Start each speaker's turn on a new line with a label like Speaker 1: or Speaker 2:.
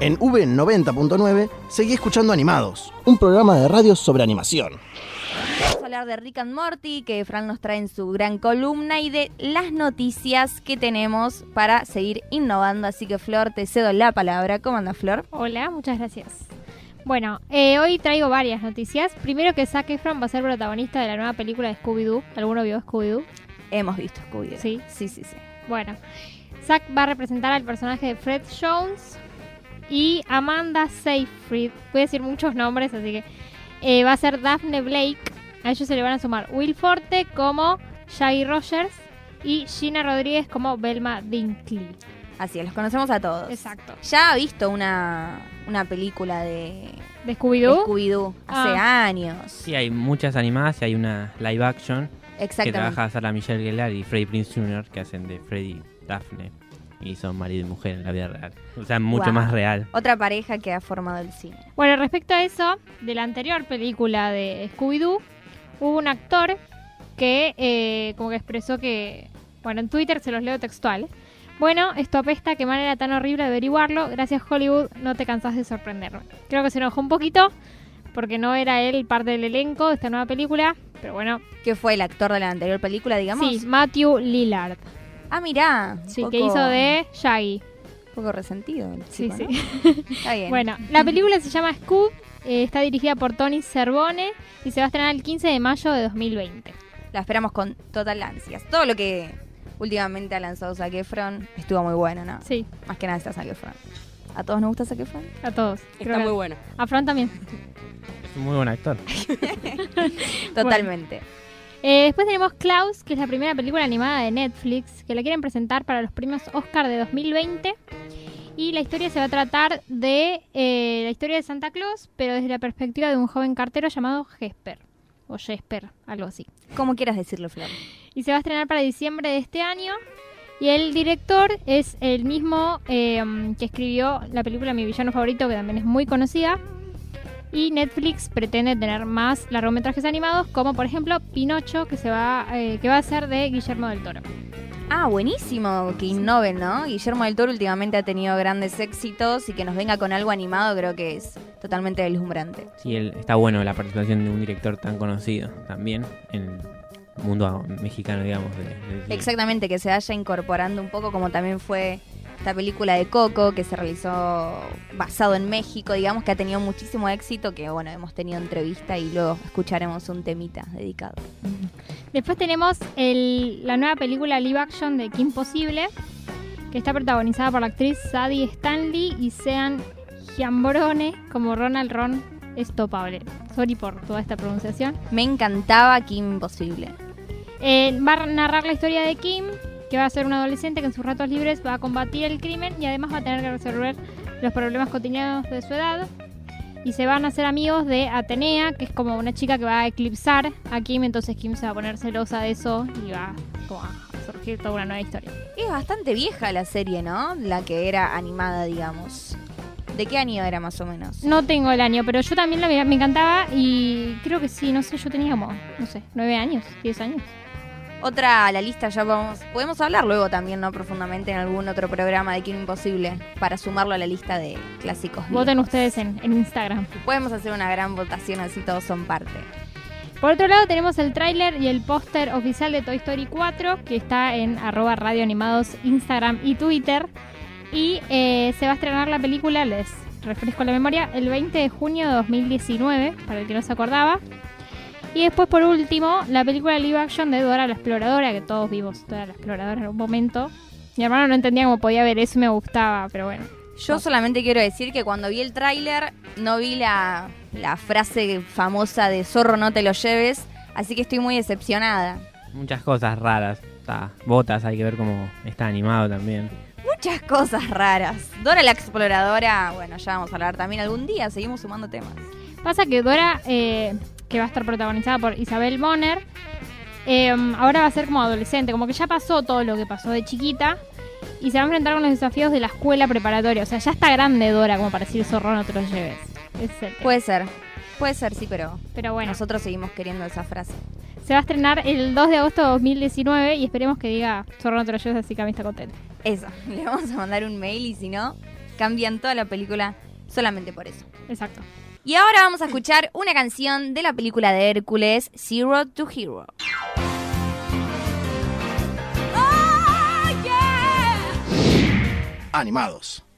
Speaker 1: En V90.9 seguí escuchando Animados, un programa de radio sobre animación.
Speaker 2: Vamos a hablar de Rick and Morty, que Fran nos trae en su gran columna, y de las noticias que tenemos para seguir innovando. Así que, Flor, te cedo la palabra. ¿Cómo anda, Flor?
Speaker 3: Hola, muchas gracias. Bueno, eh, hoy traigo varias noticias. Primero que Zac Efron va a ser protagonista de la nueva película de Scooby-Doo. ¿Alguno vio Scooby-Doo?
Speaker 2: Hemos visto Scooby.
Speaker 3: Sí.
Speaker 2: Sí, sí, sí.
Speaker 3: Bueno, Zack va a representar al personaje de Fred Jones y Amanda Seyfried. Voy a decir muchos nombres, así que eh, va a ser Daphne Blake. A ellos se le van a sumar Will Forte como Shaggy Rogers y Gina Rodríguez como Belma Dinkley.
Speaker 2: Así es, los conocemos a todos.
Speaker 3: Exacto.
Speaker 2: Ya ha visto una, una película de
Speaker 3: ¿De
Speaker 2: de
Speaker 3: Scooby-Doo?
Speaker 2: Scooby-Doo hace
Speaker 3: Ah.
Speaker 2: años.
Speaker 4: Sí, hay muchas animadas y hay una live action que
Speaker 2: Exactamente.
Speaker 4: trabaja Sara Michelle Gellar y Freddy Prince Jr. que hacen de Freddy Daphne y son marido y mujer en la vida real. O sea, mucho
Speaker 2: Wow.
Speaker 4: más real.
Speaker 2: Otra pareja que ha formado el cine.
Speaker 3: Bueno, respecto a eso, de la anterior película de Scooby-Doo, hubo un actor que eh, como que expresó que, bueno, en Twitter se los leo textual. Bueno, esto apesta, qué manera tan horrible de averiguarlo. Gracias Hollywood, no te cansás de sorprenderme. Creo que se enojó un poquito porque no era él parte del elenco de esta nueva película, pero bueno,
Speaker 2: Que fue el actor de la anterior película, digamos.
Speaker 3: sí, Matthew Lillard,
Speaker 2: Ah, mirá. un
Speaker 3: sí,
Speaker 2: poco-
Speaker 3: que hizo de Shaggy.
Speaker 2: Un poco resentido. el
Speaker 3: Sí,
Speaker 2: chico,
Speaker 3: sí.
Speaker 2: ¿no? Está bien.
Speaker 3: Bueno, la película se llama Scoop, eh, está dirigida por Tony Cervone y se va a estrenar el 15 de mayo de 2020.
Speaker 2: La esperamos con total ansias. Todo lo que últimamente ha lanzado Zac Efron estuvo muy bueno, ¿no?
Speaker 3: Sí,
Speaker 2: Más que nada está Zac Efron. ¿A todos nos gusta Zac Efron?
Speaker 3: a todos. Creo
Speaker 5: Está
Speaker 3: que-
Speaker 5: muy bueno.
Speaker 3: A Fran también.
Speaker 4: Es un muy buen actor.
Speaker 2: Totalmente.
Speaker 3: Eh, después tenemos Klaus, que es la primera película animada de Netflix, que la quieren presentar para los premios Oscar de 2020. Y la historia se va a tratar de eh, la historia de Santa Claus, pero desde la perspectiva de un joven cartero llamado Jesper. O Jesper, algo así.
Speaker 2: Como quieras decirlo, Flor.
Speaker 3: y se va a estrenar para diciembre de este año. Y el director es el mismo eh, que escribió la película Mi villano favorito, que también es muy conocida. Y Netflix pretende tener más largometrajes animados, como por ejemplo Pinocho, que se va, eh, que va a ser de Guillermo del Toro.
Speaker 2: Ah, buenísimo que innoven, ¿no? Guillermo del Toro últimamente ha tenido grandes éxitos y que nos venga con algo animado creo que es totalmente deslumbrante.
Speaker 4: Sí, él, está bueno la participación de un director tan conocido también en el mundo mexicano, digamos. de- del cine.
Speaker 2: Exactamente, que se vaya incorporando un poco como también fue esta película de Coco que se realizó basado en México, digamos que ha tenido muchísimo éxito, que bueno, hemos tenido entrevista y luego escucharemos un temita dedicado.
Speaker 3: Después tenemos el- la nueva película live action de Kim Possible, que está protagonizada por la actriz Sadie Stanley y Sean Giambrone como Ronald Ron Estopable. Sorry por toda esta pronunciación.
Speaker 2: Me encantaba Kim Imposible.
Speaker 3: Eh, va a narrar la historia de Kim, que va a ser una adolescente que en sus ratos libres va a combatir el crimen y además va a tener que resolver los problemas cotidianos de su edad. Y se van a hacer amigos de Atenea, que es como una chica que va a eclipsar a Kim, entonces Kim se va a poner celosa de eso y va como a surgir toda una nueva historia.
Speaker 2: Es bastante vieja la serie, ¿no? La que era animada, digamos. ¿De qué año era más o menos?
Speaker 3: No tengo el año, pero yo también la miraba, me encantaba y creo que sí, no sé, yo tenía como, no sé, nueve años, diez años.
Speaker 2: Otra a la lista ya vamos, podemos hablar luego también, ¿no? Profundamente en algún otro programa de Kim Imposible para sumarlo a la lista de clásicos.
Speaker 3: Voten
Speaker 2: viejos.
Speaker 3: ustedes en, en Instagram.
Speaker 2: Podemos hacer una gran votación así todos son parte.
Speaker 3: Por otro lado tenemos el tráiler y el póster oficial de Toy Story 4 que está en arroba radio animados Instagram y Twitter y eh, se va a estrenar la película, les refresco la memoria, el 20 de junio de 2019 para el que no se acordaba. Y después por último la película live action de Dora la Exploradora que todos vimos Dora la Exploradora en un momento. Mi hermano no entendía cómo podía ver eso y me gustaba, pero bueno.
Speaker 2: Yo solamente quiero decir que cuando vi el tráiler no vi la, la frase famosa de zorro no te lo lleves, así que estoy muy decepcionada.
Speaker 4: Muchas cosas raras. Está, botas, hay que ver cómo está animado también.
Speaker 2: Muchas cosas raras. Dora la exploradora, bueno, ya vamos a hablar también algún día, seguimos sumando temas.
Speaker 3: Pasa que Dora, eh, que va a estar protagonizada por Isabel Bonner, eh, ahora va a ser como adolescente, como que ya pasó todo lo que pasó de chiquita y se va a enfrentar con los desafíos de la escuela preparatoria. O sea, ya está grande Dora como para decir zorro no te lo lleves. Ese es el tema.
Speaker 2: Puede ser, puede ser, sí, pero
Speaker 3: Pero bueno,
Speaker 2: nosotros seguimos queriendo esa frase.
Speaker 3: se va a estrenar el 2 de agosto de 2019 y esperemos que diga zorro no te lo lleves, así que a mí está contenta.
Speaker 2: Eso, le vamos a mandar un mail y si no, Cambian toda la película solamente por eso.
Speaker 3: Exacto.
Speaker 2: Y ahora vamos a escuchar una canción de la película de Hércules, Zero to Hero.
Speaker 1: Animados.